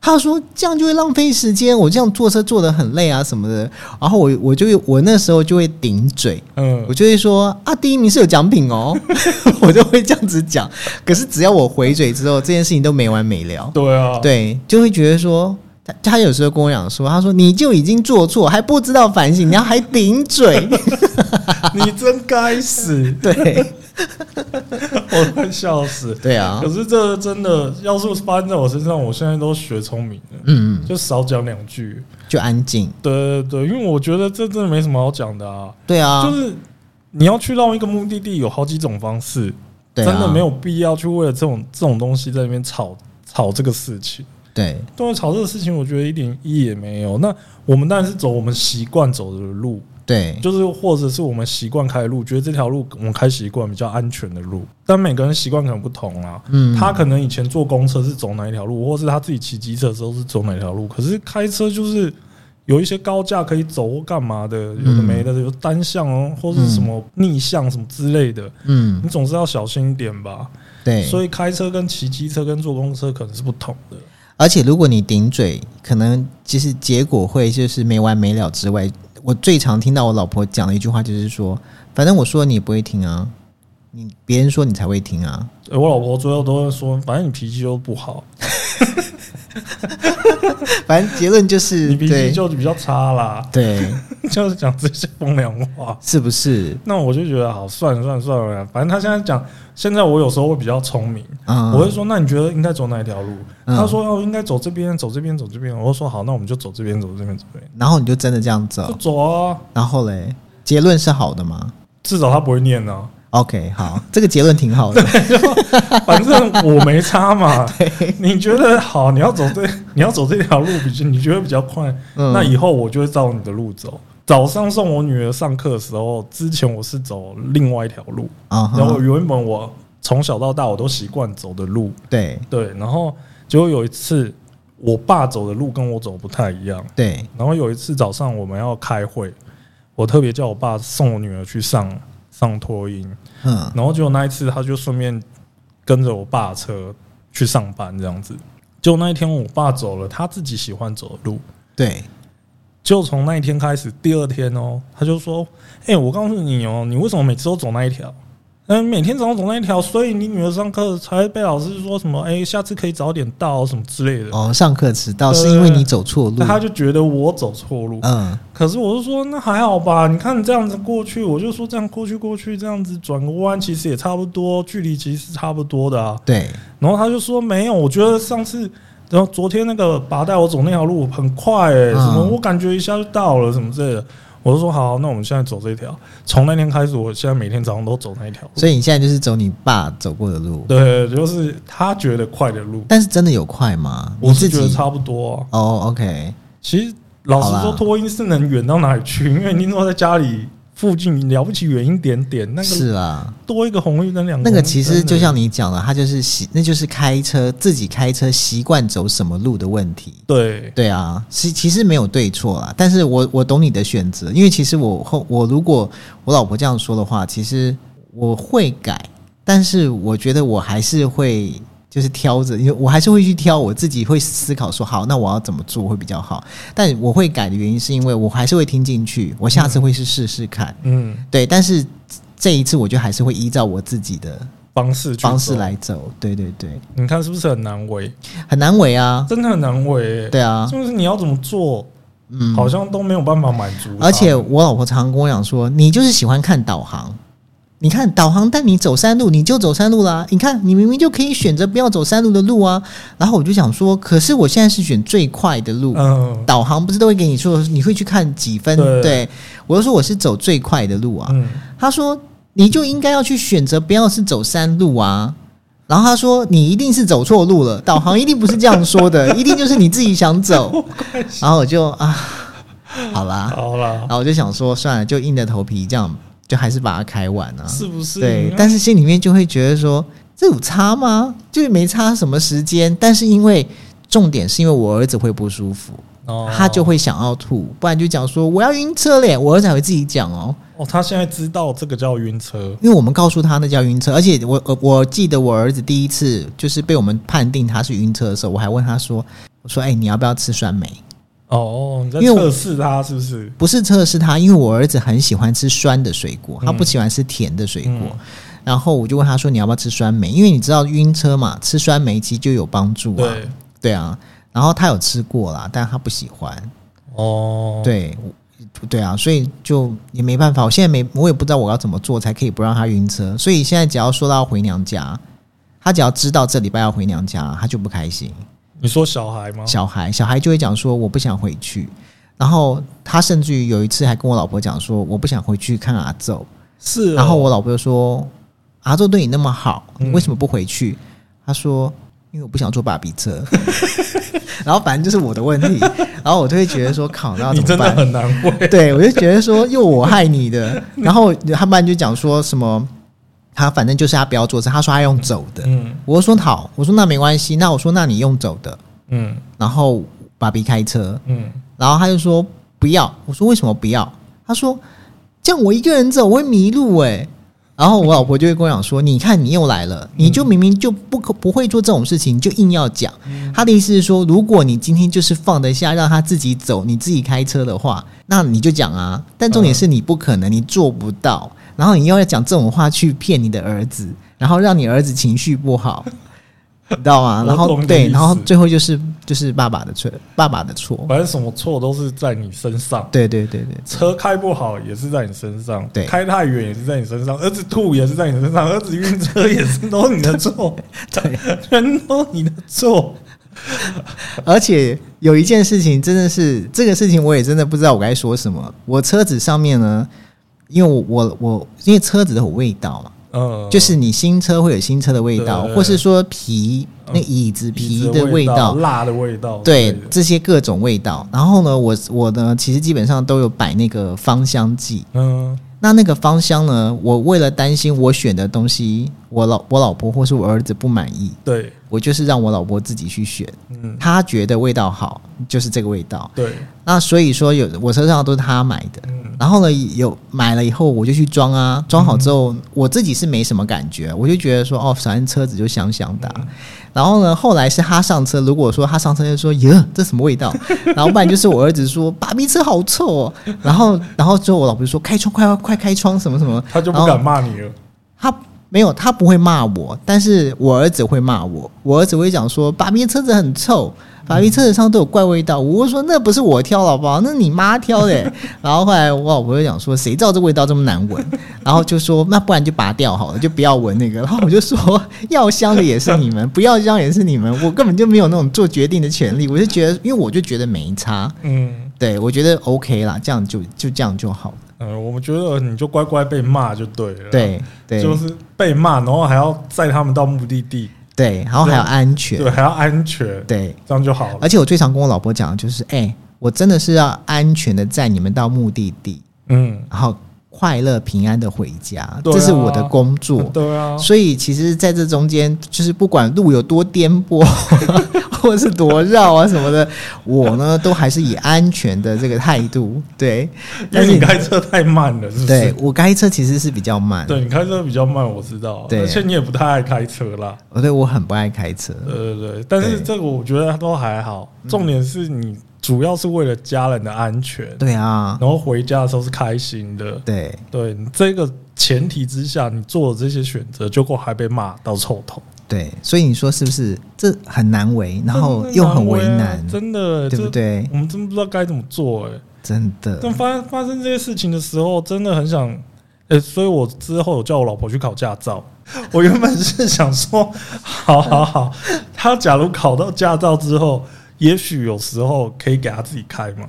S1: 他说：“这样就会浪费时间，我这样坐车坐得很累啊什么的。”然后我我就我那时候就会顶嘴，
S2: 嗯
S1: 我就会说啊，第一名是有奖品
S2: *laughs*
S1: 哦， *laughs* 我就会这样子讲。可是只要我回嘴之后，这件事情都没完没了
S2: 嗯，，对啊，
S1: 对，就会觉得说。他他有时候跟我讲说，他说你就已经做错，还不知道反省，然后还顶
S2: *laughs*
S1: 嘴，，
S2: 你真该死 *laughs*
S1: 对
S2: 我快笑死。
S1: 对啊
S2: 可，是这真的，要是发生在我身上，我现在都学聪明了，
S1: 嗯，
S2: 就少讲两句。
S1: 就安静，
S2: 对对对，因为我觉得这真的没什么好讲的啊，
S1: 对啊，
S2: 就是你要去到一个目的地，有好几种方式。
S1: 对啊，
S2: 真的没有必要去为了这种这种东西在那边吵吵这个事情。
S1: 对，
S2: 对，吵这个事情，我觉得一点意义也没有。那我们当然是走我们习惯走的路，
S1: 对，
S2: 就是或者是我们习惯开的路，觉得这条路我们开习惯比较安全的路。但每个人习惯可能不同啊，
S1: 嗯，
S2: 他可能以前坐公车是走哪一条路，或是他自己骑机车的时候是走哪条路。可是开车就是有一些高架可以走或干嘛的，有的没的，有单向哦，或是什么逆向什么之类的，
S1: 嗯，
S2: 你总是要小心一点吧。
S1: 对，
S2: 所以开车跟骑机车跟坐公车可能是不同的。
S1: 而且如果你顶嘴，可能其实结果会就是没完没了之外，我最常听到我老婆讲的一句话就是说，反正我说你也不会听啊，你别人说你才会听啊。 *laughs*
S2: 欸我老婆最后都会说，反正你脾气又不好，
S1: 反正结论就是
S2: 你脾气
S1: 嗯对
S2: 就比较差啦， *laughs*
S1: 对，
S2: 就是讲这些风凉话。
S1: 是不是？
S2: 那我就觉得好，算了算了算了，反正他现在讲，现在我有时候会比较聪明，
S1: 嗯，
S2: 我会说，那你觉得应该走哪一条路？
S1: 嗯
S2: 他说哦，应该走这边，走这边，走这边。我就说好，那我们就走这边，走这边，走这边，
S1: 然后你就真的这样
S2: 就
S1: 走，
S2: 走啊，
S1: 然后嘞，结论是好的吗
S2: 至少他不会念
S1: *laughs*
S2: 啊。
S1: ？OK，好，
S2: *laughs*
S1: 这个结论挺好的。
S2: 反正我没
S1: *laughs*
S2: 差嘛。你觉得好，你要走这你要走这条路比较你觉得比较快，
S1: 嗯
S2: 那以后我就会照你的路走。早上送我女儿上课的时候，之前我是走另外一条路，
S1: 啊哈
S2: 然后原本我从小到大我都习惯走的路，
S1: 对
S2: 对，然后结果有一次我爸走的路跟我走不太一样，
S1: 对，
S2: 然后有一次早上我们要开会，我特别叫我爸送我女儿去上上托婴，
S1: 嗯，
S2: 然后结果那一次他就顺便跟着我爸的车去上班这样子。结果那一天我爸走了，他自己喜欢走的路。
S1: 对，
S2: 就从那一天开始，第二天哦，他就说：“哎、我告诉你哦，你为什么每次都走那一条？嗯，每天早上走那一条，所以你女儿上课才会被老师说什么？哎、下次可以早点到什么之类的。
S1: 哦，上课迟到
S2: 对
S1: 是因为你走错路
S2: 那，他就觉得我走错路，
S1: 嗯
S2: 可是我就说那还好吧，你看你这样子过去，我就说这样过去过去这样子转个弯，其实也差不多，距离其实是差不多的啊。
S1: 对，
S2: 然后他就说没有，我觉得上次，然后昨天那个拔带我走那条路很快哎、
S1: 嗯
S2: 什么我感觉一下就到了什么之类的。我就说好，那我们现在走这一条。从那天开始，我现在每天早上都走那一条路。
S1: 所以你现在就是走你爸走过的路，
S2: 对，就是他觉得快的路，
S1: 但是真的有快吗？
S2: 我
S1: 你自
S2: 是觉得
S1: 己
S2: 差不多、啊。
S1: 哦，OK，
S2: 其实老实
S1: 好
S2: 说，
S1: 啦
S2: 脱音是能远到哪里去？因为你说在家里附近了不起远一点点，那个
S1: 是啊，
S2: 多一个红绿灯两
S1: 那
S2: 红
S1: 个
S2: 绿
S1: 其
S2: 灯
S1: 实
S2: 的
S1: 就像你讲的，他就是习，那就是开车自己开车习惯走什么路的问题。
S2: 对
S1: 对啊，其其实没有对错啦，但是我我懂你的选择，因为其实我后我如果我老婆这样说的话，其实我会改，但是我觉得我还是会就是挑着，因为我还是会去挑，我自己会思考说好，那我要怎么做会比较好。但我会改的原因是因为我还是会听进去，我下次会去试试看，
S2: 嗯
S1: 对，但是这一次我就还是会依照我自己的
S2: 方式去
S1: 方式
S2: 走，
S1: 来走，对对对，
S2: 你看是不是很难为？
S1: 很难为啊，
S2: 真的很难为、欸，
S1: 对啊，
S2: 就是你要怎么做，
S1: 嗯，
S2: 好像都没有办法满足他。
S1: 而且我老婆常常跟我讲说，你就是喜欢看导航。你看导航带你走山路，你就走山路啦。你看，你明明就可以选择不要走山路的路啊。然后我就想说，可是我现在是选最快的路，
S2: 嗯
S1: 导航不是都会给你说你会去看几分？
S2: 对
S1: 对我就说我是走最快的路啊。
S2: 嗯，
S1: 他说你就应该要去选择不要是走山路啊。然后他说你一定是走错路了，导航一定不是这样说
S2: *laughs*
S1: 的，一定就是你自己想走。然后我就啊，好啦，
S2: 好啦
S1: 然，后我就想说，算了，就硬着头皮这样，就还是把它开完啊。
S2: 是不是？
S1: 对，但是心里面就会觉得说，这有差吗？就是没差什么时间，但是因为重点是因为我儿子会不舒服，
S2: 哦
S1: 他就会想要吐，不然就讲说我要晕车嘞。我儿子还会自己讲哦，
S2: 哦，他现在知道这个叫晕车，
S1: 因为我们告诉他那叫晕车，而且我我我记得我儿子第一次就是被我们判定他是晕车的时候，我还问他说，我说哎、你要不要吃酸梅？
S2: 哦，你在
S1: 因为我
S2: 测试他是不是？
S1: 不是测试他，因为我儿子很喜欢吃酸的水果，他
S2: 嗯
S1: 不喜欢吃甜的水果。
S2: 嗯
S1: 然后我就问他说：“你要不要吃酸梅？”因为你知道晕车嘛，吃酸梅其实就有帮助啊。
S2: 对，
S1: 对啊，然后他有吃过啦，但他不喜欢。
S2: 哦，，
S1: 对，我对啊，所以就也没办法。我现在没，我也不知道我要怎么做才可以不让他晕车。所以现在只要说到回娘家，他只要知道这礼拜要回娘家，他就不开心。
S2: 你说小孩吗？
S1: 小孩，小孩就会讲说我不想回去。然后他甚至于有一次还跟我老婆讲说我不想回去看阿宙。
S2: 是哦，
S1: 然后我老婆就说阿宙对你那么好，
S2: 嗯
S1: 你为什么不回去？他说因为我不想坐爸比车。 *laughs* 然后反正就是我的问
S2: *laughs*
S1: 题，然后我就会觉得说靠，那要
S2: 你
S1: 怎
S2: 真
S1: 么
S2: 的
S1: 办？
S2: 很难为，
S1: 对，我就觉得说又我害你的。 *laughs* 然后他们就讲说什么，他反正就是他不要坐车，他说他用走的。
S2: 嗯
S1: 我就说好，我说那没关系，那我说那你用走的。
S2: 嗯
S1: 然后爸比开车，
S2: 嗯，
S1: 然后他就说不要，我说为什么不要？他说这样我一个人走我会迷路哎、然后我老婆就会跟我讲说，你看你又来了，你就明明就不可不会做这种事情，你就硬要讲。他的意思是说，如果你今天就是放得下让他自己走，你自己开车的话，那你就讲啊。但重点是你不可能，你做不到。然后你又要讲这种话去骗你的儿子，然后让你儿子情绪不好，你知道吗？
S2: 我
S1: 然后
S2: 懂你的
S1: 对，
S2: 意思
S1: 然后最后就是就是爸爸的错，爸爸的错。
S2: 反正什么错都是在你身上。
S1: 对对对对，
S2: 车开不好也是在你身上，
S1: 对
S2: 开太远也是在你身上，儿子吐也是在你身上，儿子晕车也是都是你的错，
S1: 对，
S2: *laughs* 全都你的错。
S1: 而且有一件事情真的是，这个事情我也真的不知道我该说什么。我车子上面呢，因为我我我因为车子都有味道嘛，
S2: 嗯，
S1: 就是你新车会有新车的味道，
S2: 对对对
S1: 或是说皮
S2: 嗯
S1: 那椅子
S2: 椅
S1: 皮
S2: 子
S1: 的味道，
S2: 辣的味道，
S1: 对
S2: 之类的
S1: 这些各种味道。然后呢，我我呢其实基本上都有摆那个芳香剂。
S2: 嗯，
S1: 那那个芳香呢，我为了担心我选的东西，我老我老婆或是我儿子不满意，
S2: 对，
S1: 我就是让我老婆自己去选。
S2: 嗯，
S1: 他觉得味道好，就是这个味道。
S2: 对，
S1: 那所以说有我车上都是他买的，
S2: 嗯
S1: 然后呢有买了以后我就去装啊，装好之后、我自己是没什么感觉，我就觉得说哦，反正车子就香香的啊、然后呢，后来是他上车，如果说他上车就说耶，这什么味道？然后不然就是我儿子说爸比车好臭哦，然后然后之后我老婆就说开窗快快快开窗什么什么，
S2: 他就
S1: 然
S2: 不
S1: 后
S2: 敢骂你了。
S1: 他没有，他不会骂我，但是我儿子会骂我。我儿子会讲说：“爸比车子很臭，爸比车子上都有怪味道。”我会说：“那不是我挑，好不好？那你妈挑的。”然后后来我老婆就讲说：“谁知道这味道这么难闻？”然后就说：“那不然就拔掉好了，就不要闻那个。”然后我就说：“要香的也是你们，不要香也是你们，我根本就没有那种做决定的权利。”我就觉得，因为我就觉得没差，
S2: 嗯
S1: 对我觉得 OK 啦，这样就就这样就好了。
S2: 嗯，我们觉得你就乖乖被骂就对了，，
S1: 对对
S2: 就是被骂，然后还要载他们到目的地，
S1: 对，然后还有安全，
S2: 对，还要安全，
S1: 对
S2: 这样就好了。
S1: 而且我最常跟我老婆讲的就是，哎、我真的是要安全的载你们到目的地，
S2: 嗯，
S1: 然后快乐平安的回家，
S2: 对啊
S1: 这是我的工作。
S2: 对啊，
S1: 所以其实，在这中间，就是不管路有多颠簸， *laughs* 或是多绕啊什么的，我呢都还是以安全的这个态度。对，
S2: 因
S1: 但
S2: 为
S1: 是
S2: 你开车太慢了，是不
S1: 对
S2: 是？
S1: 我开车其实是比较慢，
S2: 对，你开车比较慢，我知道，
S1: 对
S2: 而且你也不太爱开车啦。
S1: 我哦对我很不爱开车。
S2: 对对对，但是
S1: 嗯对嗯
S2: 这个我觉得都还好，重点是你主要是为了家人的安全，
S1: 对啊
S2: 然，后回家的时候是开心的。
S1: 对
S2: 对，你这个前提之下，你做了这些选择，结果还被骂到臭头，
S1: 对，所以你说是不是？这很难为，然后
S2: 真的
S1: 又很为
S2: 啊
S1: 难，
S2: 真的，
S1: 对不
S2: 这
S1: 对？
S2: 我们真不知道该怎么做哎、
S1: 真的，
S2: 但发发生这些事情的时候，真的很想，呃、所以我之后有叫我老婆去考驾照。 *laughs* 我原本是想说， *laughs* 好好好，她假如考到驾照之后，也许有时候可以给她自己开嘛。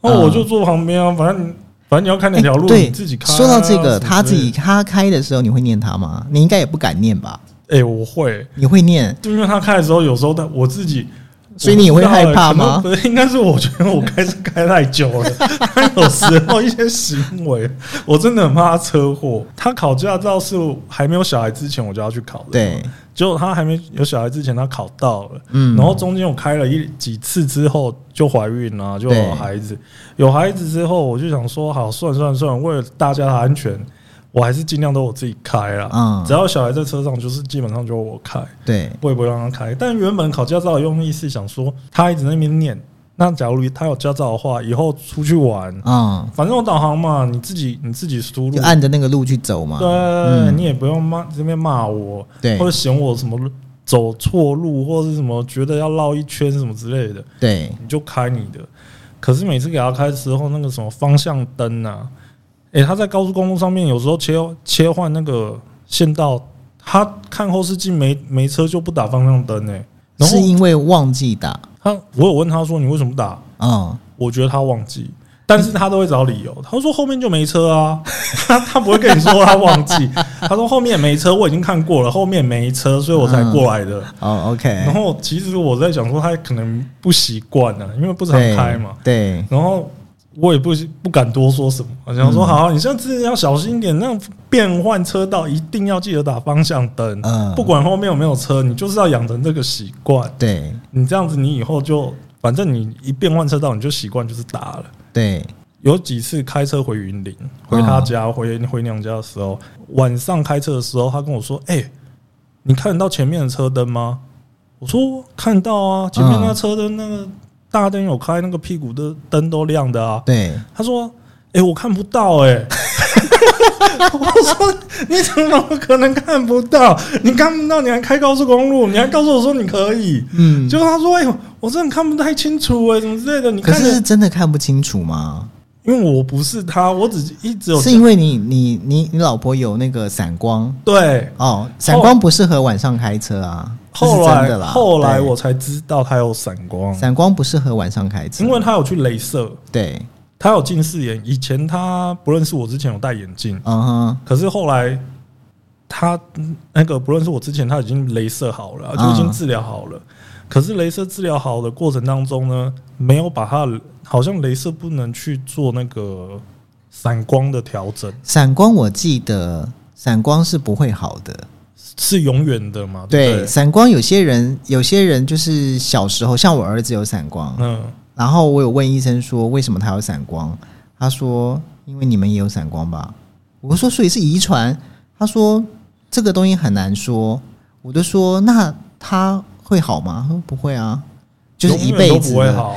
S2: 然后我就坐旁边啊，反正你反正你要开哪条路，
S1: 嗯哎对，
S2: 你自己开啊、
S1: 说到这个，
S2: 什么之类的
S1: 他自己，他开的时候，你会念他吗？你应该也不敢念吧？
S2: 哎、我会，
S1: 你会念，
S2: 就因为她开的时候，有时候她我自己。
S1: 所以你也会害怕吗
S2: 我不知道欸可能不是，应该是我觉得我开车开太久了， *laughs* 他有时候一些行为，我真的很怕他车祸。他考驾照是还没有小孩之前我就要去考的，。
S1: 对，
S2: 结果他还没有小孩之前，他考到了，
S1: 嗯，
S2: 然后中间我开了一几次之后就怀孕了、就
S1: 对
S2: 有孩子。有孩子之后，我就想说，好，算了算了算了，为了大家的安全，我还是尽量都我自己开啦。
S1: 嗯
S2: 只要小孩在车上，就是基本上就是我开。
S1: 对
S2: 我也不会让他开。但原本考驾照的用意是想说，他一直在那边念。那假如他有驾照的话，以后出去玩，
S1: 嗯，
S2: 反正有导航嘛，你自己你自己输入
S1: 就，按着那个路去走嘛。
S2: 对，啊
S1: 嗯
S2: 你也不用骂这边骂我，
S1: 对
S2: 或者嫌我什么走错路，或者是什么觉得要绕一圈什么之类的，
S1: 对
S2: 你就开你的。可是每次给他开的时候，那个什么方向灯啊，诶、他在高速公路上面有时候切切换那个线道，他看后视镜没没车就不打方向灯诶、然后
S1: 是因为忘记打，
S2: 他我有问他说你为什么打？
S1: 嗯，
S2: 我觉得他忘记，但是他都会找理由。他说后面就没车啊， *laughs* 他他不会跟你说他忘记。他说后面没车，我已经看过了，后面没车，所以我才过来的。
S1: 哦
S2: 然
S1: ，OK，
S2: 后其实我在想说他可能不习惯啊，因为不常
S1: 对
S2: 开嘛。
S1: 对
S2: 然后我也不不敢多说什么，我想说好、你下次要小心一点，那样变换车道一定要记得打方向灯，
S1: 嗯
S2: 不管后面有没有车，你就是要养成这个习惯。
S1: 对
S2: 你这样子，你以后就反正你一变换车道，你就习惯就是打了。
S1: 对，
S2: 有几次开车回云林，回他家，回回娘家的时候，晚上开车的时候，他跟我说：“哎、你看得到前面的车灯吗？”我说：“看到啊，前面那车灯那个大灯有开，那个屁股的灯都亮的啊。
S1: 对，”
S2: 他说：“哎、我看不到哎、 *laughs* 我说：“你怎么可能看不到？你看不到，你还开高速公路，你还告诉我说你可以。”
S1: 嗯，
S2: 结果他说：“哎、呦，我真的看不太清楚哎、什么之类的。”你
S1: 可
S2: 看
S1: 是是
S2: 着，
S1: 真的看不清楚吗？
S2: 因为我不是他，我只一直有
S1: 是因为你你你你老婆有那个散光
S2: 对。
S1: 哦，散光不适合晚上开车啊，这是
S2: 后
S1: 真
S2: 来
S1: 的啦。
S2: 后来
S1: 对
S2: 我才知道他有散光，
S1: 散光不适合晚上开车，
S2: 因为他有去镭射，
S1: 对，
S2: 他有近视眼。以前他不认识我之前有戴眼镜，
S1: 嗯哼，
S2: 可是后来他嗯那个不认识我之前他已经镭射好了，就已经
S1: 嗯
S2: 治疗好了。可是镭射治疗好的过程当中呢，没有把他的好像镭射不能去做那个散光的调整。
S1: 闪光我记得闪光是不会好的，
S2: 是永远的嘛？哦对
S1: 对，
S2: 不对，
S1: 闪光有些人有些人就是小时候，像我儿子有闪光，
S2: 嗯，
S1: 然后我有问医生说为什么他有闪光，他说因为你们也有闪光吧，我说所以是遗传，他说这个东西很难说，我就说那他会好吗？他说不会啊，就是一
S2: 永远
S1: 辈
S2: 都
S1: 子
S2: 不会
S1: 的
S2: 好。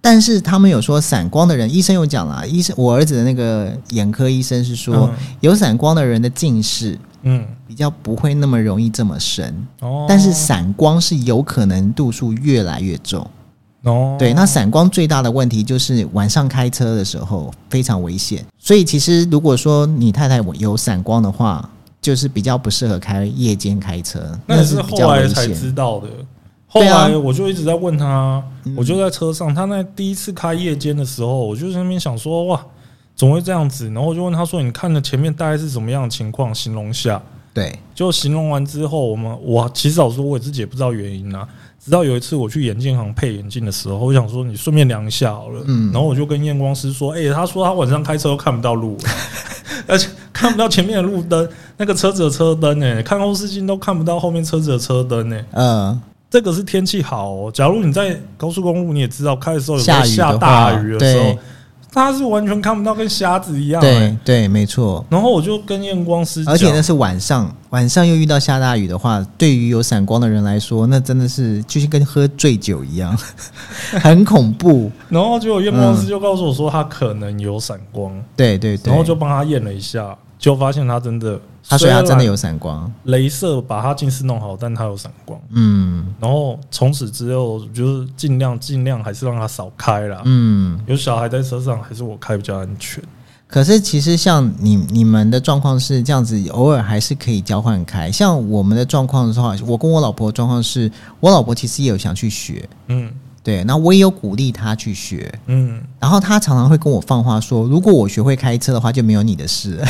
S1: 但是他们有说散光的人，医生有讲啦，医生我儿子的那个眼科医生是说，
S2: 嗯
S1: 有散光的人的近视
S2: 嗯，
S1: 比较不会那么容易这么深，
S2: 哦，
S1: 但是散光是有可能度数越来越重。
S2: 哦，
S1: 对，那散光最大的问题就是晚上开车的时候非常危险，所以其实如果说你太太有散光的话，就是比较不适合开夜间开车，
S2: 那也是
S1: 是比较
S2: 后来
S1: 危
S2: 才
S1: 险。
S2: 知道的。后
S1: 对啊
S2: 来我就一直在问他，
S1: 嗯
S2: 我就在车上，他那第一次开夜间的时候，我就在那边想说，哇，怎么会这样子？然后我就问他说，你看的前面大概是什么样的情况，形容一下。
S1: 对，
S2: 就形容完之后，我们我其实老实说，我自己也不知道原因啊。直到有一次我去眼镜行配眼镜的时候，我想说你顺便量一下好了。
S1: 嗯
S2: 然后我就跟验光师说：“哎、他说他晚上开车都看不到路， *laughs* 而且看不到前面的路灯，那个车子的车灯呢、看后视镜都看不到后面车子的车灯呢、
S1: 呃，
S2: 这个是天气好、哦，假如你在高速公路，你也知道开的时候有时候
S1: 下雨的
S2: 下
S1: 话
S2: 大雨的时候
S1: 对，
S2: 他是完全看不到，跟瞎子一样、欸。
S1: 对对，没错。
S2: 然后我就跟验光师讲，
S1: 而且那是晚上，晚上又遇到下大雨的话，对于有散光的人来说，那真的是就是跟喝醉酒一样， *laughs* 很恐怖。
S2: 然后结果验光师就告诉我说他可能有散光，
S1: 对嗯对对，
S2: 然后就帮他验了一下，就发现他真的，
S1: 他说他真的
S2: 有
S1: 有散光，
S2: 镭射把他近视弄好，但他有散光。
S1: 嗯
S2: 然后从此之后就是尽量尽量还是让他少开啦。
S1: 嗯。
S2: 有小孩在车上，还是我开比较安全。
S1: 可是其实像你你们的状况是这样子，偶尔还是可以交换开。像我们的状况的话，我跟我老婆的状况是，我老婆其实也有想去学，
S2: 嗯
S1: 对，那我也有鼓励她去学，
S2: 嗯， *laughs*
S1: 然后他常常会跟我放话说，如果我学会开车的话，就没有你的事了。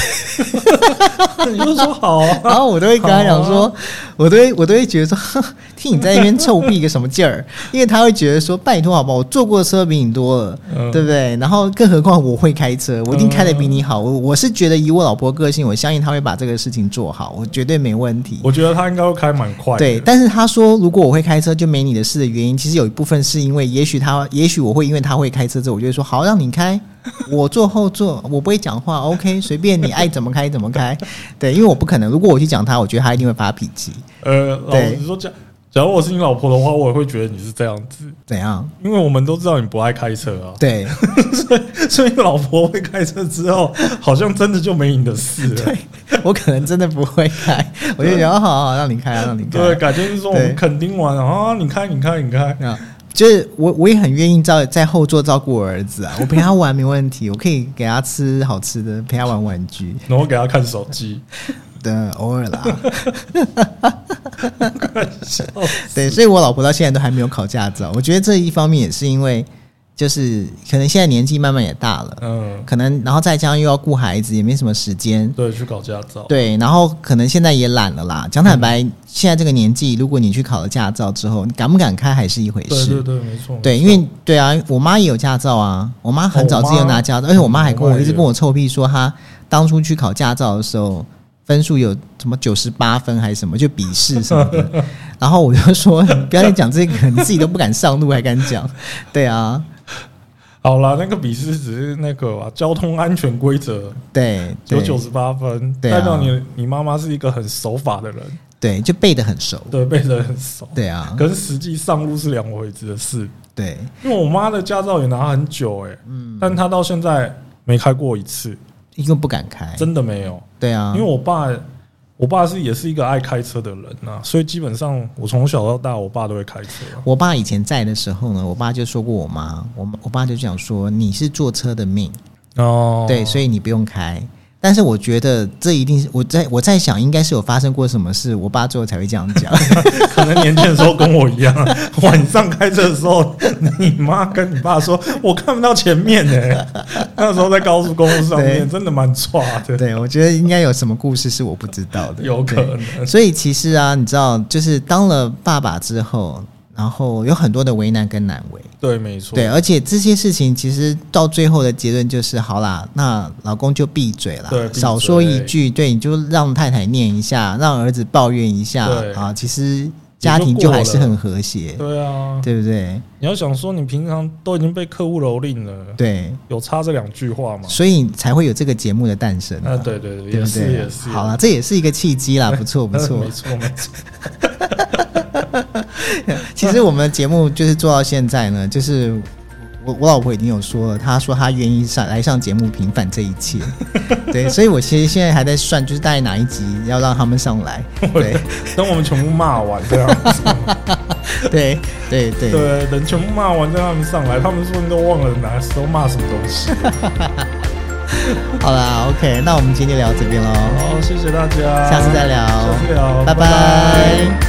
S2: 你就说好 *laughs* 啊，
S1: 然后我都会跟他讲说，我都会我都会觉得说，哼听你在那边臭屁个什么劲儿？因为他会觉得说，拜托好不好？我坐过的车比你多了，*laughs*
S2: 嗯
S1: 对不对？然后更何况我会开车，我一定开的比你好。我我是觉得以我老婆个性，我相信她会把这个事情做好，我绝对没问题。
S2: 我觉得他应该会开蛮快的。
S1: 对，但是他说，如果我会开车就没你的事的原因，其实有一部分是因为，也许他，也许我会因为他会开车之后，我就会说好让你开，我坐后座，我不会讲话，OK，随 *laughs* 便你爱怎么开怎么开。对，因为我不可能，如果我去讲他，我觉得他一定会发脾气。
S2: 呃，老
S1: 对
S2: 实说，假假如我是你老婆的话，我也会觉得你是这样子，
S1: 怎样？
S2: 因为我们都知道你不爱开车啊。
S1: 对 *laughs*
S2: *laughs* 所以老婆会开车之后，好像真的就没你的事了。对，
S1: 我可能真的不会开，我就觉得好好好让你开、啊，让你开。
S2: 改天就说我们
S1: 对
S2: 肯定完了啊，你开，你开，你开。
S1: 啊，就是我我也很愿意照在后座照顾我儿子啊，我陪他玩没问题，我可以给他吃好吃的，陪他玩玩具。
S2: 然后给他看手
S1: *laughs*
S2: 机，
S1: 的偶尔啦。对，所以我老婆到现在都还没有考驾照。我觉得这一方面也是因为，就是可能现在年纪慢慢也大了，
S2: 嗯，
S1: 可能然后再加上又要顾孩子，也没什么时间。
S2: 对，去搞驾照，
S1: 对，然后可能现在也懒了啦。讲坦
S2: 嗯
S1: 白，现在这个年纪，如果你去考了驾照之后，你敢不敢开还是一回
S2: 对
S1: 事。
S2: 对对，没错，
S1: 对，因为对啊，我妈也有驾照啊，我妈很早之前就拿驾照，而且我妈还跟
S2: 哦我
S1: 我
S2: 妈也
S1: 一直跟我臭屁说，她当初去考驾照的时候分数有什么九十八分还是什么，就笔试什么
S2: *laughs*
S1: 的。然后我就说， *laughs* 你不要再讲这个，你自己都不敢上路还敢讲，对啊，
S2: 好啦，那个笔试只是那个啊，交通安全规则
S1: 对，
S2: 有
S1: 对
S2: 九十八分，
S1: 对啊
S2: 代表你你妈妈是一个很守法的人，
S1: 对，就背得很熟，
S2: 对，背得很熟，
S1: 对啊，
S2: 跟实际上路是两回子的事。
S1: 对，
S2: 因为我妈的驾照也拿很久，哎，
S1: 嗯，
S2: 但她到现在没开过一次，
S1: 因为不敢开，
S2: 真的没有。
S1: 对啊
S2: 因为，我爸，我爸是也是一个爱开车的人呐、所以基本上我从小到大，我爸都会开车、啊
S1: 我爸以前在的时候呢，我爸就说过我妈，我妈我爸就讲说你是坐车的命。
S2: 哦
S1: 对，所以你不用开。但是我觉得这一定是我在我在想，应该是有发生过什么事，我爸最后才会这样
S2: *laughs*
S1: 讲。
S2: 以可能年轻的时候跟我一样，啊 *laughs* 晚上开车的时候，你妈跟你爸说：“我看不到前面呢、
S1: *laughs*
S2: 那时候在高速公路上面，
S1: 对
S2: 真的蛮差的，
S1: 对，我觉得应该有什么故事是我不知道的，
S2: *laughs* 有可
S1: 对。
S2: 能。
S1: 所以其实啊，你知道，就是当了爸爸之后，然后有很多的为难跟难为。
S2: 对，没错。
S1: 对，而且这些事情其实到最后的结论就是，好啦，那老公就闭嘴啦，
S2: 对闭
S1: 少说一
S2: 嘴
S1: 句，对，你就让太太念一下，让儿子抱怨一下
S2: 对
S1: 啊，其实家
S2: 就
S1: 庭就
S2: 过
S1: 还是
S2: 了
S1: 很和谐，
S2: 对啊，
S1: 对不对？
S2: 你要想说，你平常都已经被客户蹂躏了，
S1: 对，
S2: 有差这两句话吗？
S1: 所以才会有这个节目的诞生
S2: 啊，对对对，
S1: 对
S2: 也
S1: 不
S2: 是
S1: 对？
S2: 也是。
S1: 好了，，这也是一个契机
S2: *laughs*
S1: 啦，不错不错
S2: 没。错没错。
S1: 其实我们的节目就是做到现在呢，就是我我我老婆已经有说了，她说她愿意上来上节目平反这一
S2: *laughs*
S1: 切，对，所以我其实现在还在算，就是大概哪一集要让他们上来，对
S2: *laughs* 等我们全部骂完这样子，
S1: 对 *laughs* 对对，
S2: 对，等全部骂完再让他们上来，他们说你都忘了哪时候骂什么东西。
S1: 好啦，OK，那我们今天就聊到这边喽，
S2: 好，谢谢大家，
S1: 下次再聊
S2: 下次聊，
S1: 拜拜